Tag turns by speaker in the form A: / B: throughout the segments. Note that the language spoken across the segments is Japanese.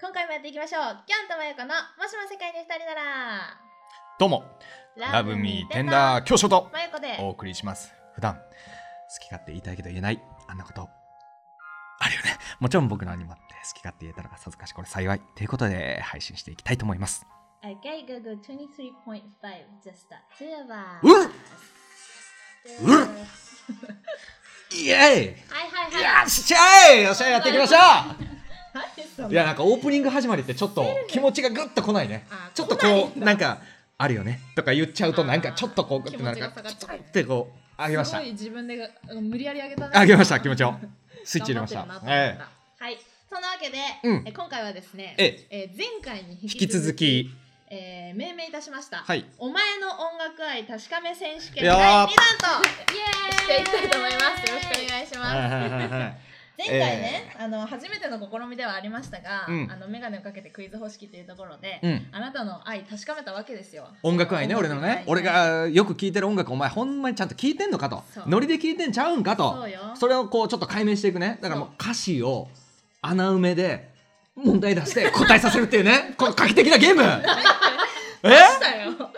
A: 今回もやっていきましょうキャンとマヨコのもしも世界で二人なら
B: どうも、ラブミーテンダー教授と
A: マヨコで
B: お送りします。普段、好き勝手言いたいけど言えない、あんなこと、あるよね。もちろん僕のアニマって好き勝手言えたのがさずかしこれ幸い。ということで、配信していきたいと思います。
A: Okay, go go 23.5 just the two of us
B: う
A: は
B: んうん
A: い
B: イエ
A: はい
B: ーイ
A: は
B: よっしゃいよっしゃいやっていきましょ
A: い何
B: ういや、なんかオープニング始まりってちょっと気持ちがぐっとこないね。
A: あ
B: ちょっと
A: 来ない
B: こう、なんか、あるよねとか言っちゃうと、なんかちょっとこう、
A: あー
B: グッてなん
A: 気持
B: か、
A: ちが下
B: ち
A: が
B: ょ
A: っ
B: っ
A: ちゃう
B: てこう、上げまし
C: す
B: た
C: ご。い自分でがあの無理やり上げたね。
B: 上げました、気持ちを。スイッチ入れました
A: 頑張。ってるな
B: え
A: と思ったはいそんなわけで、
B: うん
A: え今回はですね、
B: ええ
A: えー前回に引
B: え引き続き、
A: えー命名いたしました、
B: はい。
A: お前の音楽愛確かめ選手権
B: い
A: 第2
B: やー
A: 弾と
C: していきたいと思いますよろしくお願
A: いし
B: はいはいはいはい。
A: 前回ね、あの初めての試みではありましたが、
B: うん
A: あのメガネをかけてクイズ方式というところで、
B: うん。
A: あなたの愛確かめたわけですよ
B: 音楽愛ね、
A: 音
B: 俺
A: 楽
B: のね。俺がよく聴いてる音楽、お前ほんまにちゃんと聴いてんのかと
A: そう。
B: ノリで聴いてんちゃうんか
A: そ
B: と
A: う。よ
B: それをこうちょっと解明していくね。だからもう歌詞を穴埋めで問題出して 答えさせるっていうね。この画期的なゲ ームえ
A: どうしたよどうし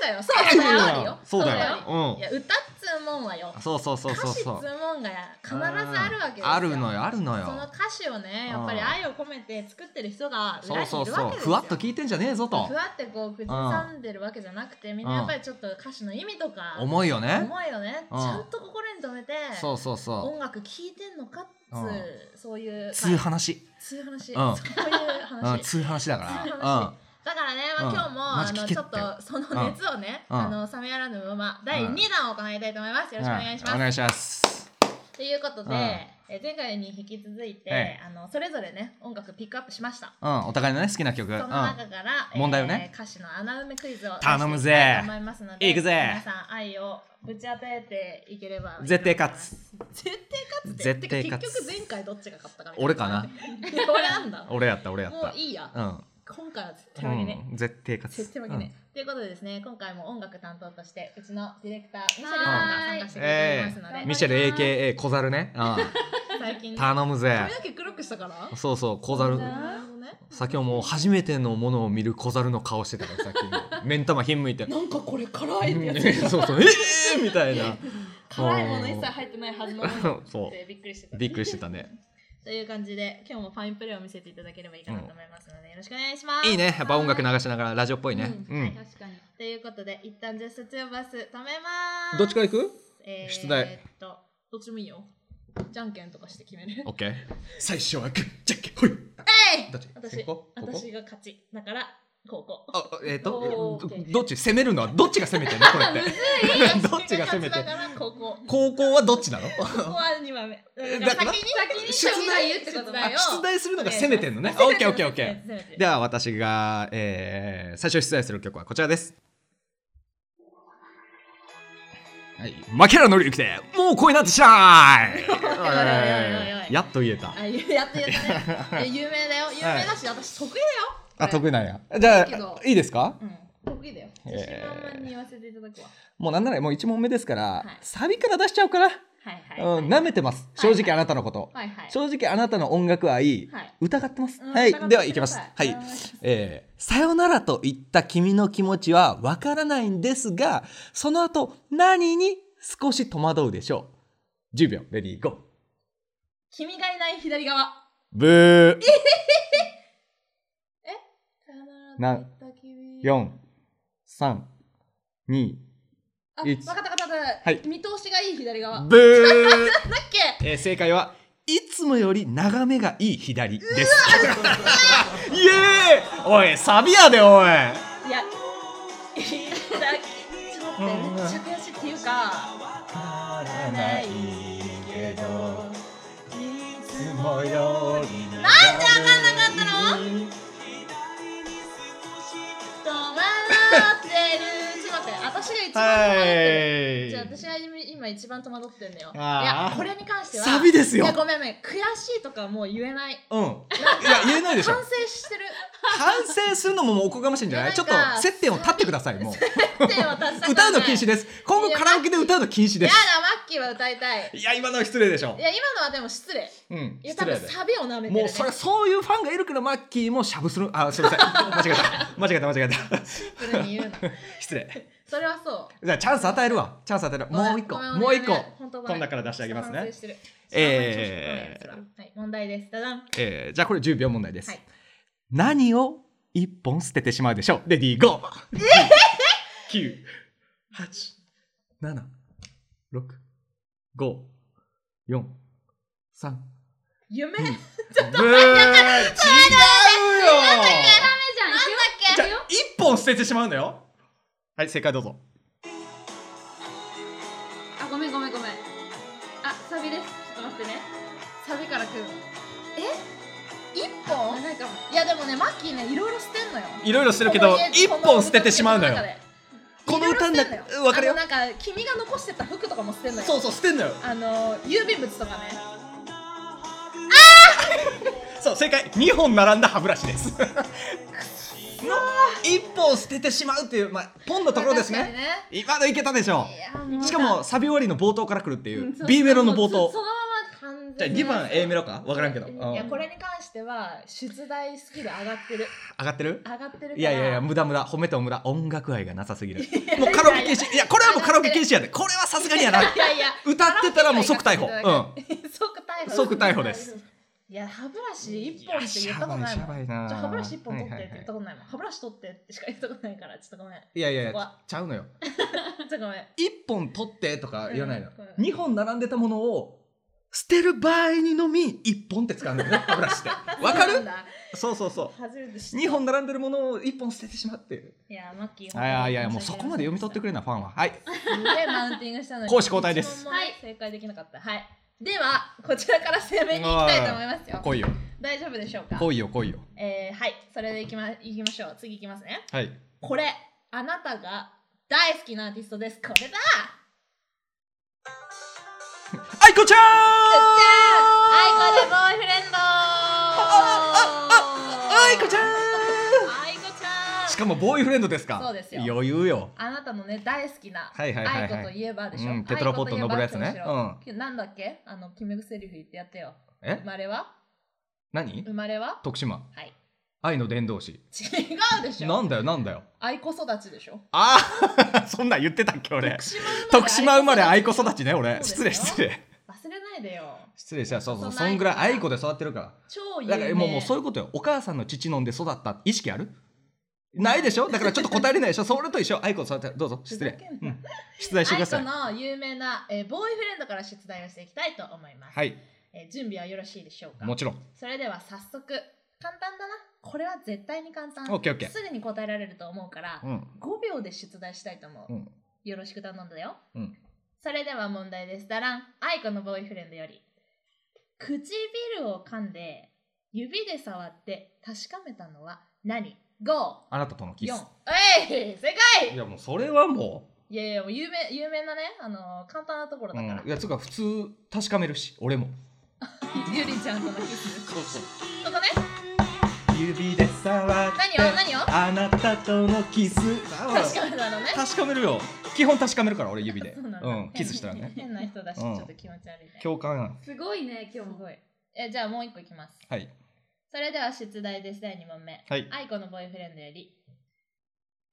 A: たよそうだよあるよ
B: そうだよ。
A: いうや歌っつうもんはよ
B: ん。そうそうそう
A: 歌
B: そう
A: 詞っつう
B: そう。
A: もんが必ずあるわけですよ
B: あるのよ、あるの
A: その
B: よ。
A: 歌詞をねやっぱり
B: うん
A: 愛を込めて作ってる人が裏
B: そう
A: にいる
B: そ
A: わ
B: う
A: けですよ
B: そう。ふわっと聴いてんじゃねえぞと
A: ふ。わってこう口ずさんでるわけじゃなくてみんなやっぱりちょっと歌詞の意味とか
B: 重いよね。
A: 思いをねち
B: うん
A: ゃんと心に留めて
B: そうそうそ
A: 音楽聴いてんのかっ
B: う
A: つうそういう
B: う。通
A: はい
B: 話し。
A: 通話話
B: うん
A: そういう
B: うん、
A: 話
B: 通話しだか
A: 通
B: ら。
A: 話
B: うん。
A: だからねまあ
B: うん
A: 今日も
B: マ
A: あ
B: ジ
A: の
B: 聞
A: ち
B: け
A: ょっとその熱をね
B: うん
A: あの冷めやらぬまま第2弾を行いたいと思いますよろしくお願いします
B: お願いします。
A: ということで、
B: うん
A: えー前回に引き続いて、
B: え
A: あのそれぞれね音楽ピックアップしました。
B: うん、お互いのね、好きな曲。う
A: そ
B: ん。
A: の中から、えー
B: 問題をね
A: 歌詞の穴埋めクイズを
B: 頼むぜ
A: 出していきたいと思いますので
B: 行くぜ
A: 皆さん愛をぶち当てていければ
B: 絶対勝つ
A: 絶対勝つって
B: 絶対勝つ
A: てか結局前回どっちが勝ったかみたい
B: 俺かな。
A: いや俺なんだ
B: 俺やった、俺やった。
A: もういいや、
B: うん。
A: 今回は絶対負けね、
B: うん絶対勝つ。
A: 絶対負けね、ということでですね今回も音楽担当としてうちのディレクターミシェルさんが参加してくれていますので、
B: う
C: は
B: ん。
C: い
B: ミシェル AKA 小猿ね。う
A: 最近 髪
B: ん。頼むぜ
A: の。毛黒くしたから
B: そうそう、小猿。
A: なるほどね
B: さっきももう初めてのものを見る小猿の顔してたから、さっきも。目ん玉ひんむいて。
A: なんかこれ辛いってやつ
B: うん そうそう、えーみたい な。
A: 辛いもの一切入ってないは ずのもの
B: そ
A: でびっくりしてた
B: う。びっくりしてたね。
A: という感じで今日もファインプレーを見せていただければいいかなと思いますので、よろしくお願いします
B: いいね。やっぱ音楽流しながらラジオっぽいね。
A: う
B: うんん。
C: 確かに。
A: ということで一旦ジェスチューバス止めます
B: どっちから行く
A: えー、
B: 出題
A: えーっとどっちもいいよじゃんけんとかして決める
B: オッケー。最初はグッジャッケほい。
A: えい
B: どっち
A: 私
B: 先攻ここ
A: 私が勝ちだからこうこう
B: あ、えっ、
A: お
B: と
A: ーオッケー
B: ど、どっち攻めるのはどっちが攻めてんのこれって。 どっちが攻
A: 私勝ち
B: めて
A: だからこうこう
B: 高校はどっちなの
A: ここは2番目
B: えだから
A: 先に先に
B: 出題
A: 言うってこと
B: あ
A: だよ
B: 出題するのが攻めてん のね。
A: 攻
B: オ
A: め
B: ッ
A: て
B: ケ
A: る
B: ーオッケーオッケ
A: 攻めて
B: ー。
A: る
B: では私が、えー、最初出題する曲はこちらです。はい。槙原紀之で、もう恋なんてしない
A: おいおいおい
B: やっと言えた。
A: あや ってやったねいや有名だよ有名だし、私得意だよ
B: あ、得
A: 意
B: 意なんや。じゃ
C: けど
B: あ、いいですか
A: うん得意だよ
B: えー
A: 自信満々に言わせていただくわ
B: もうなんならもう一問目ですから、
A: い
B: サビから出しちゃおうかな。
A: はいはいはい
B: うん、舐めてます。正直あなたのこと。
A: はいはい
B: 正直あなたの音楽愛、
A: はい
B: 疑ってます、
A: うん
B: はい
A: 疑って
B: ではいきます
A: くださ
B: はいい
A: お願いしま、
B: えーさよならと言った君の気持ちはわからないんですがその後何に少し戸惑うでしょう10秒レディーゴー
A: 君がいない左側
B: ブなー
A: 4
B: 432
A: あ分
B: 一
A: かった分かった分かった、
B: はい
A: 見通しがいい左側だっ
B: ブー、
A: け
B: えー正解はいつもより眺めがいい左です。 イエーイおい、サビやでお
A: い
B: い
A: やいやちょっと待ってめっちゃ悔しいっていうかないけど
B: いつもよりなんで
A: んなかったの
B: の
A: 戸惑ってるちょっと待って私が一番戸惑ってるじゃあ
B: は
A: 私が今一番戸惑ってんだよ。い
B: あ
A: や
B: ー
A: これに関して
B: い
A: は
B: サビです
A: い
B: よ
A: やごめんごめん悔しいとかはもう言えない。
B: うんいや言えないでしょ
A: 反省してる。
B: 反省するのももうおこがましいんじゃない
A: いや
B: ち
A: な
B: ょっ
A: ん
B: と
A: か
B: 接点を立ってくださいも
A: 手を出した
B: う歌うの禁止
A: で
B: です今後カラオケで歌うの禁止
A: や
B: で
A: だ
B: す
A: マッキーは歌いたい
B: いや今のは失礼でしょ
A: いや今のはでも失礼
B: うん
A: いや多
B: 失礼
A: 分
B: だよ
A: サビをなめてる、ね、
B: もうそれそういうファンがいるからマッキーもしゃぶするあすいません 間違えた間違えた間違えた
A: シンプルに言うな
B: 失礼
A: それはそう
B: じゃあチャンス与えるわチャンス与える もう一個もう一個
A: 今
B: 今度から出してあげますねえ
A: え
B: ー
A: はい、問題です。ダダン。
B: えーじゃあこれ10秒問題です、
A: はい
B: 何を一本捨ててしまうでしょうレディーゴー9 8 7 6 5 4 3
A: 夢
B: うん
A: なんだっ
B: ブー違うよ
A: け
B: じゃあ一本捨ててしまうんだよはい正解どうぞ
A: あ、ごめんごめんごめん。あ、サビです。ちょっと待ってね。サビから来るの。
D: 一本
A: 長いかも。いやでもね、マッキーね、いろいろ捨てんのよ。
B: いろいろ捨てるけ
A: こ
B: ど
A: の家
B: 一本捨ててしまうのよ
A: この中で
B: この歌の中
A: いろいろ捨てんの
B: わかるよ
A: あのなんか、君が残してた服とかも捨てんのよ。
B: そうそう捨てんのよ
A: あの、郵便物とかね。
B: そう正解2本並んだ歯ブラシですの1本捨ててしまうっていう、まあ、ポンのところです
A: 確かに
B: ね今のいけたでしょ
A: いやもう
B: しかもサビ終わりの冒頭から来るっていううん
A: そう
B: B メロの冒
A: もう
B: 頭
A: そそのまま完
B: じゃあ
A: 全
B: 2番 A メ
A: ロ
B: ロか分からんけど、うん
A: いやこ
B: 上
A: れに関しては出題スキル上がってる
B: がってる
A: 上がってるから
B: いやいやいや無駄無駄褒めても無駄音楽愛がなさすぎる
A: いや
B: もうカラオケ禁止いやこれはもうカラオケ禁止やでこれはさすがにやない
A: やいや
B: 歌ってたらもう即逮捕
A: カラオケ
B: うん
A: 即逮捕
B: 即逮捕です
A: いや歯ブラシ一
B: い
A: 本
B: や
A: って
B: し
A: 言っ
B: ゃ
A: たこと
B: ばい
A: ない
B: し
A: も
B: ゃ
A: ん
B: ばいな
A: じゃあ歯ブラシ一本取って
B: は
A: っ
B: い
A: て言
B: はいはい
A: ったことないもん歯ブラシ取ってってしか言ったことないからちょっとごめん ち
B: いやいやい
A: そこ
B: や
A: は
B: ちゃうのよ
A: ょっとごめん
B: 一本取ってとか言わないの、
A: うん
B: 二本並んでたものを捨てる場合にのみ一本って使うんだ よね歯ブラシってわか
A: そう
B: る
A: なんだ
B: そうそうそ
A: 初めて知っ
B: う
A: た
B: 二本並んでるものを一本捨ててしまうっていう
A: いやマッキー
B: いやいやもうそこまで読み取ってく
A: れ
B: れなファンははい
A: すげえマウンティングしたのに
B: 攻守交代です
A: 一問もね正解できなかったはいではこちらから攻めに行きたいと思いますよ
B: 来いよ
A: 大丈夫でしょうか
B: 来いよ来いよ
A: えー、はいそれでいき,、ま、いきましょう次いきますね
B: はい
A: これあなたが大好きなアーティストですこれだ
B: 愛子ちゃん
A: アイコでボーイフレンド
B: 愛子ちゃん
A: アイコちゃん
B: しかもボーイフレンドですか
A: そうですよ
B: 余裕よ
A: あなたのね大好きな
B: はいはいはいはい
A: アイコといえばでしょ、
B: うんテトラポッド登るやつね
A: アイコといえばってしょなんだっけあの決めセリフ言ってやってよ
B: え
A: 生まれは
B: 何
A: 生まれは
B: 徳島
A: はい
B: 愛の伝道師
A: 違うでし
B: な
A: ょ
B: んだよなんだよ
A: アイコ育ちでしょ
B: ああ そんなん言ってたっけ俺徳島生まれ愛子育ちね俺失
A: そう
B: 礼
A: ですよ
B: 失礼
A: 忘れないでよ
B: 失礼したそうそう
A: そんな
B: そんぐらい愛子で育ってるか
A: 超
B: ら
A: 有
B: だ
A: 名
B: からもうもうそういうことよお母さんの乳飲んで育った意識あるないでしょ だからちょっと答えれないでしょそれと一緒愛子育てるどうぞ失礼
A: ふざけんな
B: うん出題してください
A: アイコの有名な、えーボーイフレンドから出題をしていきたいと思います、
B: はい
A: えー準備はよろしいでしょうか
B: もちろん
A: それでは早速簡単だなこれは絶対に簡単
B: オッケーオッケー
A: すぐに答えられると思うから、
B: うん
A: 5秒で出題したいと思う、
B: うん
A: よろしく頼んだよ、
B: うん
A: それでは問題ですダランアイコのボーイフレンドより唇を噛んで指で触って確かめたのは何 ?54
B: あなたとのキス
A: えい正解
B: いやもうそれはも
A: いやいやもう有名有名なねあの簡単なところ
B: う、う
A: だから、
B: ん、いやつうか普通確かめるし俺も
A: ゆりちゃんとのキス
B: そうそう
A: ここね
B: 指で触って
A: 何を何を
B: あなたとのキス
A: 確かめたのね
B: 確かめるよ基本確かめるから俺指で
A: そうなんだ
B: うんキスしたらね
A: 変な人だし、
B: うん
A: ちょっと気持ち悪いね。
B: 共感案
A: すごいね、今日。すごい。え、じゃあもう一個いきます。
B: はい
A: それでは出題です、第2問目。
B: はい
A: 愛子のボーイフレンドより。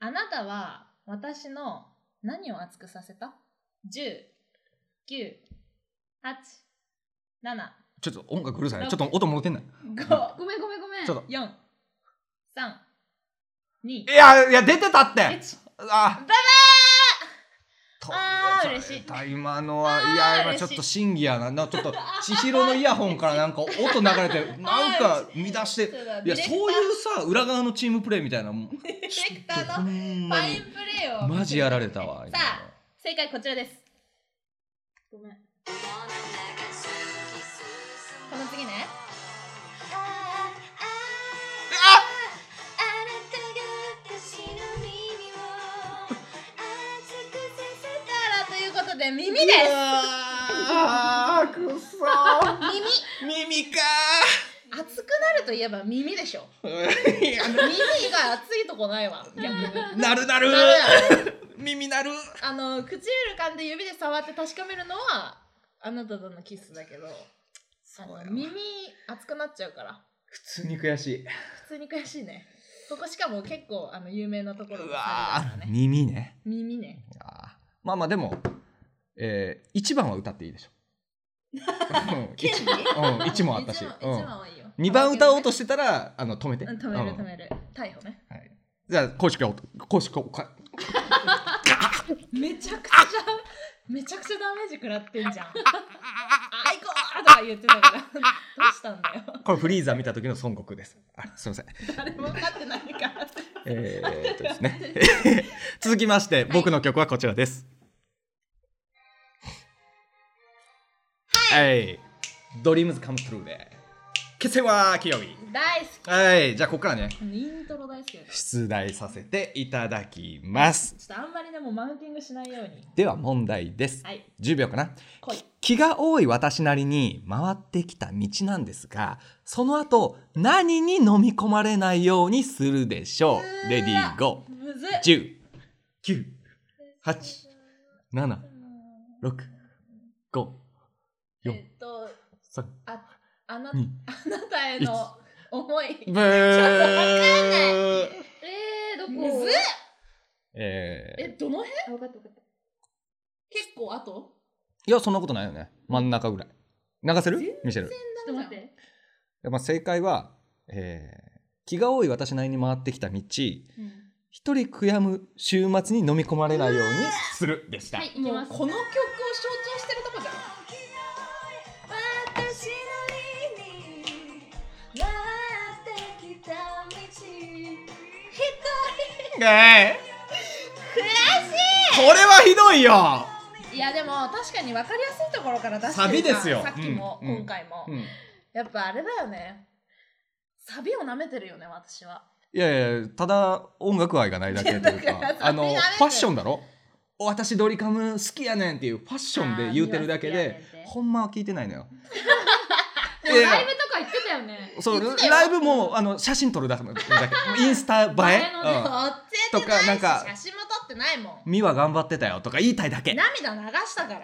A: あなたは私の何を熱くさせた ?10、9、8、7、
B: ちょっと音楽うるさいねちょっと音戻ってんない
A: 5、ごめんごめんごめ
B: ちょっと
A: 4、3、2、
B: いやいや出てたって
A: 1。
B: あ
A: ババ
B: と
A: あー嬉しい
B: た今のは
A: ー
B: いや今
A: 嬉
B: ち
A: しい
B: ょっと審議やななちょっと千尋のイヤホンからなんか音流れてなんか乱して
A: そうだ
B: い
A: ディレ
B: やそ
A: ク
B: ういうさ裏側のチームプレーみたいなもん
A: ディレクター
B: ほ
A: の
B: ん
A: フ
B: ま
A: ァイン
B: に
A: プレーを。
B: マジやられたわ
A: さあ、正解こちらですごめんこの次ねだからということで耳です
B: あーくそ
A: 耳
B: 耳か
A: 熱くるといえば耳でしょ。 耳以外熱いとこないわ。逆に。
B: なるな
A: な
B: る
A: るやろ
B: 耳なる
A: あの唇噛んで指で触って確かめるのはあなたとのキスだけど、あの耳熱くなっちゃうから
B: 普通に悔しい。
A: 普通に悔しいね。ここしかも結構あの有名なところの
B: う
A: サ
B: わ
A: ビだからね。
B: ー耳ね。
A: 耳ね。
B: あーまあまあでも、えー、1番は歌っていい でしょ。うん一うん、1もあったし。
A: 一
B: う
A: 番一
B: ん
A: 番はいいよ。
B: 2番歌おうとしてたら、あの止めて。
A: うん止める
B: うん
A: 止める。逮捕ね。
B: じゃあ、公式は、公式は、か
A: めちゃくちゃめちゃくちゃダメージ食らってんじゃん。あいこーとか言ってたからどうしたんだよ。
B: これフリーザ見た時の孫悟空です。あ、すみません。
A: 誰も分かってないから。
B: えー、っとですね。 続きまして、僕の曲はこちらです。はい。ドリームズカムトゥルーで。決戦は清日。
A: 大好
B: はい。じゃあ、ここからね、
A: き。イントロ大好きだから。ち
B: 出題させていただきます。
A: ょっとあんまりでもマウンティングしないように。
B: では、問題です。
A: はい。
B: 10秒かな。
A: 来い。
B: 気が多い私なりに回ってきた道なんですが、その後、何に飲み込まれないようにするでしょう。レディーゴー。
A: むずい。
B: 十、九、八、七、六、五、
A: え
B: 四
A: っと、
B: 三、
A: あ、あな、あ
B: 二。
A: なたへの思い。
B: ブー。
C: えー、どこ
A: むずい。え、
B: え
A: どの辺
C: あ分かった分かった。
A: 結構後
B: ー、いやそんなことないよね。真ん中ぐらい。流せる？見せる。
C: ちょっと待って。
B: まあ正解は、えー、気が多い私なりに回ってきた道、一人悔やむ週末に飲み込まれないようにするでした。
C: はい、行き
A: もう
C: ます。
A: この曲を象徴してるとこじゃん。
D: 私のりに回ってきた道一人
B: ええ
D: 悔し
B: これはひどいよ。
A: いやでも確かに分かりやすいところから出してるじゃん
B: サビですよ
A: さっきも、
B: うんうん
A: 今回も、
B: うん、い
A: やっぱあれだよねサビを舐めてるよね私は
B: やいやただ音楽愛がないだけという
A: だからそ
B: か
A: れ
B: あの
A: やめて
B: ファッションだろ私ドリカム好きやねんっていうファッションで言うてるだけ
A: あー
B: で
A: 好きやねんって
B: ほんまは聞いてないのよ
C: でもライブとか行ってたよね。
B: そう
A: いつだよ
B: ライブもあの写真撮るだけだけインスタ映え
C: 映えのね
B: うん
A: 撮って
B: とかなんか
A: 写真も撮ってないもん
B: 美は頑張ってたよとか言いたいだけ
A: 涙流したから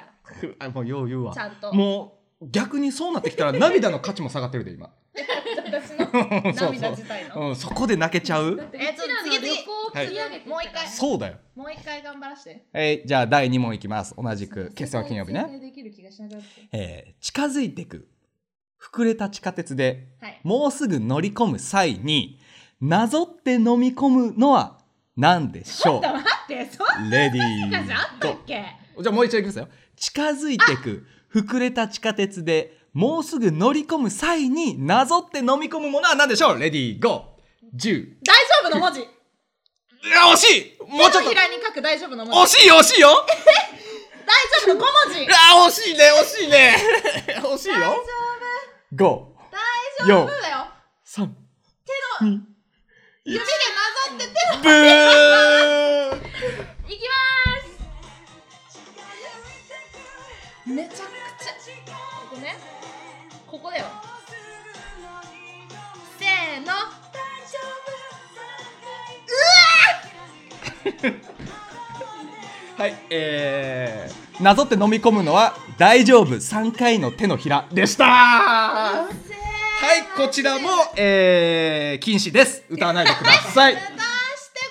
B: あもうよう言うわ
A: ちゃんと
B: もう逆にそうなってきたら涙の価値も下がってるで今
A: 私の 涙
B: そうそう
A: 自体の
B: うん、そこで泣けちゃう
C: だってう
A: えーちょ
C: ちらの
A: 次
C: 旅
A: 次
C: 行を積み上げて
A: はいもう一回
B: そうだよ、
A: もう一回頑張らして
B: えーじゃあ第2問いきます同じく決戦は金曜日ね
A: 正解できる気がしなくなって
B: えー近づいてく膨れた地下鉄で
A: はい
B: もうすぐ乗り込む際になぞって飲み込むのは何でしょ
A: ちょっと待ってそん
B: うレディ
A: な感じあ
B: ー
A: ったっ
B: ゴ
A: け
B: ーじゃあもう一度いきますよ近づいてく膨れた地下鉄でもうすぐ乗り込む際になぞって飲み込むものは何でしょうレディーゴー10
A: 大丈夫の文字
B: いや惜しいもうち
A: 手
B: ょっ
A: の
B: と
A: ひらに書く大丈夫の文字
B: 惜しい惜しいよ
A: 大丈夫の5文字
B: いや惜しいね惜しいね 惜しいよ五
A: 大丈夫だよ
B: 三
A: 指でなぞって手を
B: ブー
C: 行き
A: めちゃくちゃここねここだよせーの
B: はい、えー、なぞって飲み込むのは大丈夫3回の手のひらでしたは
A: せーの
B: い、こちらも、えー、禁止です。歌わないでくださ い
A: 出。して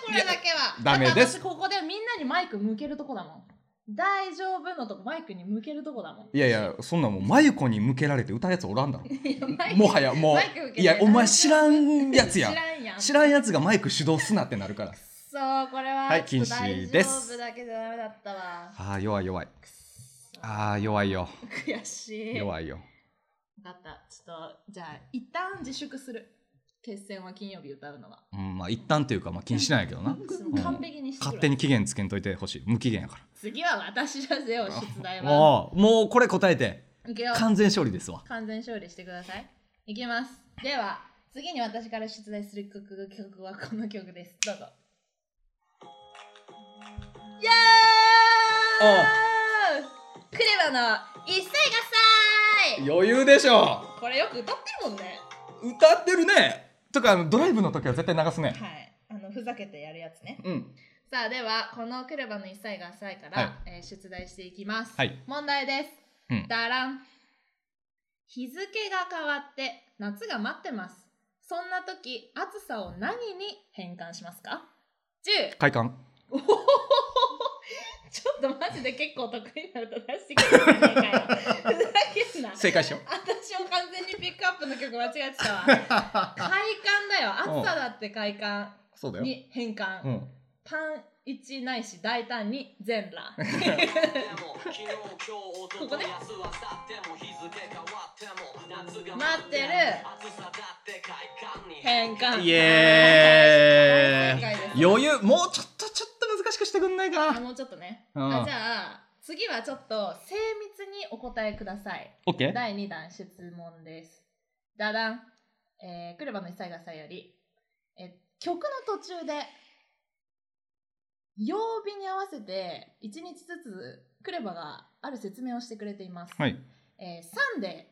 A: これだけは
B: ダメです
A: だって私ここでみんなにマイク向けるとこだもん大丈夫のとこマイクに向けるとこだもん
B: いやいや、そんなもう、まゆこに向けられて歌うやつおらんだろ。
A: いやマイク
B: もはやも
A: マイク受け
B: う、
A: て
B: いや、お前知らんやつや
A: 知。らんやん
B: 知らんやつがマイク主導すなってな るから。
A: そうこれは、
B: はい禁止
A: ちょっと
B: で
A: 大
B: す
A: 丈夫だけじゃダメだったわ
B: ああ、弱い弱い。ああ、弱いよ。
A: 悔しい
B: 弱いよ。
A: だったちょっとじゃあ一旦自粛する決戦は金曜日歌うのは
B: うん、まあ、一旦というか、まあ、禁止なんや けどな。
A: 完璧にしてくれ
B: 勝手に期限つけんといてほしい。無期限やか
A: 次は私だぜよ出題
B: ら。
A: は
B: もう、もうこれ答えて、
A: いくよ
B: 完全勝利ですわ。
A: 完全勝利してくださいいきますでは次に私から出題する曲曲はこの曲ですどうぞイエーイクレバの一切合切
B: 余裕でしょ
A: これよく歌ってるもんね
B: 歌ってるねとかあのドライブの時は絶対流すね
A: はいあのふざけてやるやつね
B: うん
A: さあではこのクレバの一歳が浅いから、
B: はい
A: えー出題していきます、
B: はい
A: 問題です、
B: うん
A: だらん日付が変わって夏が待ってますそんな時暑さを何に変換しますか10
B: 快感
A: おほほほほちょっとマジで結構得意な歌出してきた じゃねえかよふざけんな
B: 正解しよう
A: 私も完全にピックアップの曲間違えてたわ快感だよ暑さだって快感
B: そうだよ、
A: に変換、
B: うん、
A: パン一ないし大胆に全 裸
E: ここね
A: 待
E: 待
A: っ
E: ってて
A: る
E: る
A: 変換
B: イエ
A: 大正解で
B: ー
A: す
B: イ余裕もうちょっとちょっと難しくしてくんないか
A: あ
B: な
A: もうちょっとね、
B: うん
A: あじゃあ次はちょっと精密にお答えください
B: OK?
A: 第2弾質問ですダダン、えー、クレバの一切がさより、えー曲の途中で曜日に合わせて1日ずつクレバがある説明をしてくれています、
B: はい
A: えー、サンデ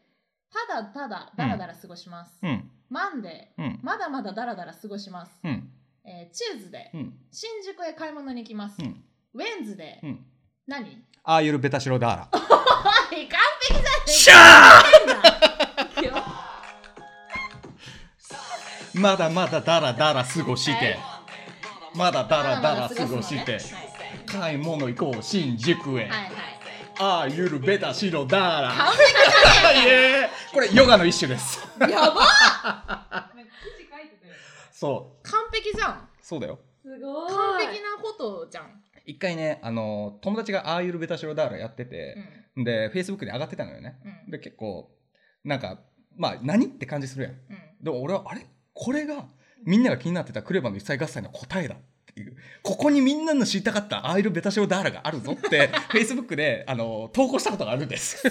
A: ーただただダラダラ過ごします、
B: うん
A: マンデ
B: うん
A: ーまだまだダラダラ過ごします、
B: うん
A: えー、チューズデー
B: うん
A: 新宿へ買い物に行きます、
B: うん
A: ウェンズデー、
B: うん
A: 何おい
B: ああゆるベタシロダーラ
A: 完璧
B: しゃ
A: じゃんいくよ
B: ーまだまだダラダラ過ごしてまだダラダラ過ごして買い物行こう新宿へ、
A: はいはい
B: ああゆるベタシロダーラ
A: 完璧だね
B: イ エーイこれヨガの一種です
A: やば
C: 記事書いてたよ
B: そう
A: 完璧じゃん
B: そうだよ
C: すごい
A: 完璧なことじゃん、
B: 一回ねあの友達がアーユルベタシロダーラやって
A: うん
B: て、でフェイスブックで上がってたのよね
A: うん
B: で結構なんかまあ何って感じするやん
A: うん、
B: でも俺はあれこれがみんなが気になってたクレバの一切合切の答えだっていうここにみんなの知りたかったアーユルベタシロダーラがあるぞって フェイスブックであの投稿したことがあるんです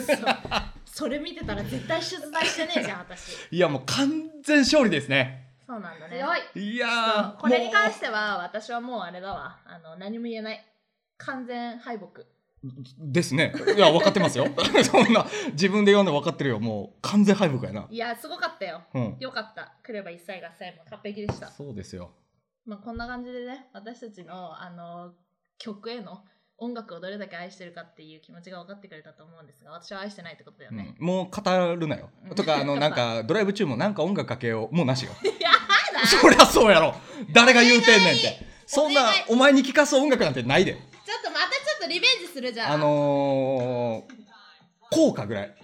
A: それ見てたら絶対出題してねえじゃん私
B: いやもう完全勝利ですね
A: そうなんだね
C: 強い
B: いやー
A: これに関してては私はもうあれだわあの何も言えない完全敗北
B: ですねいや分かってますよ そんな自分で読んで分かってるよもう完全敗北やない
A: やすごかったよ
B: うん
A: よかった来れば一切が最後完璧でした
B: そうですよ
A: まあ、こんな感じでね私たちのあの曲への音楽をどれだけ愛してるかっていう気持ちが分かってくれたと思うんですが私は愛してないってことだよね、
B: うんもう語るなよ
A: うん
B: とかあのな んかドライブ中もなんか音楽かけようもうなしよ
A: やだ
B: そりゃそうやろ誰が言うてんねんってそんな
A: お願い
B: お前に聞かす音楽なんてないで
A: ちょっとまたちょっとリベンジするじゃん
B: あのー、効果ぐらい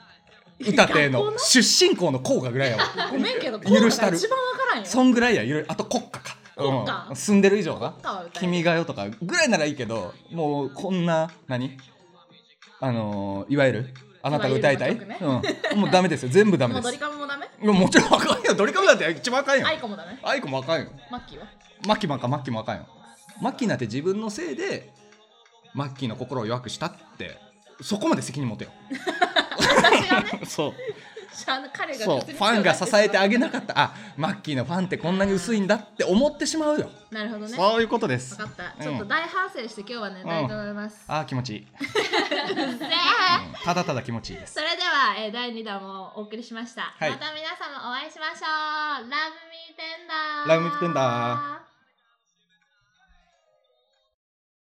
B: 歌亭
A: 学校
B: の
A: の
B: 出身校の効果ぐらいやわ
A: ごめんけど
B: 許した
A: 効果が
B: る
A: 一番分からんよ
B: そんぐらいやいろいろあと国歌か
A: 国歌
B: うん、住んでる以上な
A: 効果は歌える
B: 君が代とかぐらいならいいけどもうこんな何あのー、いわゆるあなたが歌いたい
A: いわゆるの
B: うん、もうダメですよ全部ダメ
A: もうド
B: で
A: リ
B: す
A: カムもダメ
B: ももちろんあかんよドリカムなんて一番あかんよ
A: アイコもダメ
B: アイコもあかんよ
A: マッキーは
B: マッキーもあかんマッキーもあかんよマッキーなんて自分のせいでマッキーの心を弱くしたってそこまで責任持てよ
A: 私がね
B: そう
A: じゃあ彼が
B: そうファンが支えてあげなかったあマッキーのファンってこんなに薄いんだって思ってしまうよ
A: たなるほどね分
B: そういうことです
A: かった
B: うん
A: ちょっと大反省して今日はねたいと思います、
B: あー気持ちいい、う
A: うっせー
B: んただただ気持ちいいです
A: それでは、えー第2弾もお送りしました、
B: はい
A: また皆様お会いしましょうラブミーテンダー
B: ラブミーテンダ
A: ー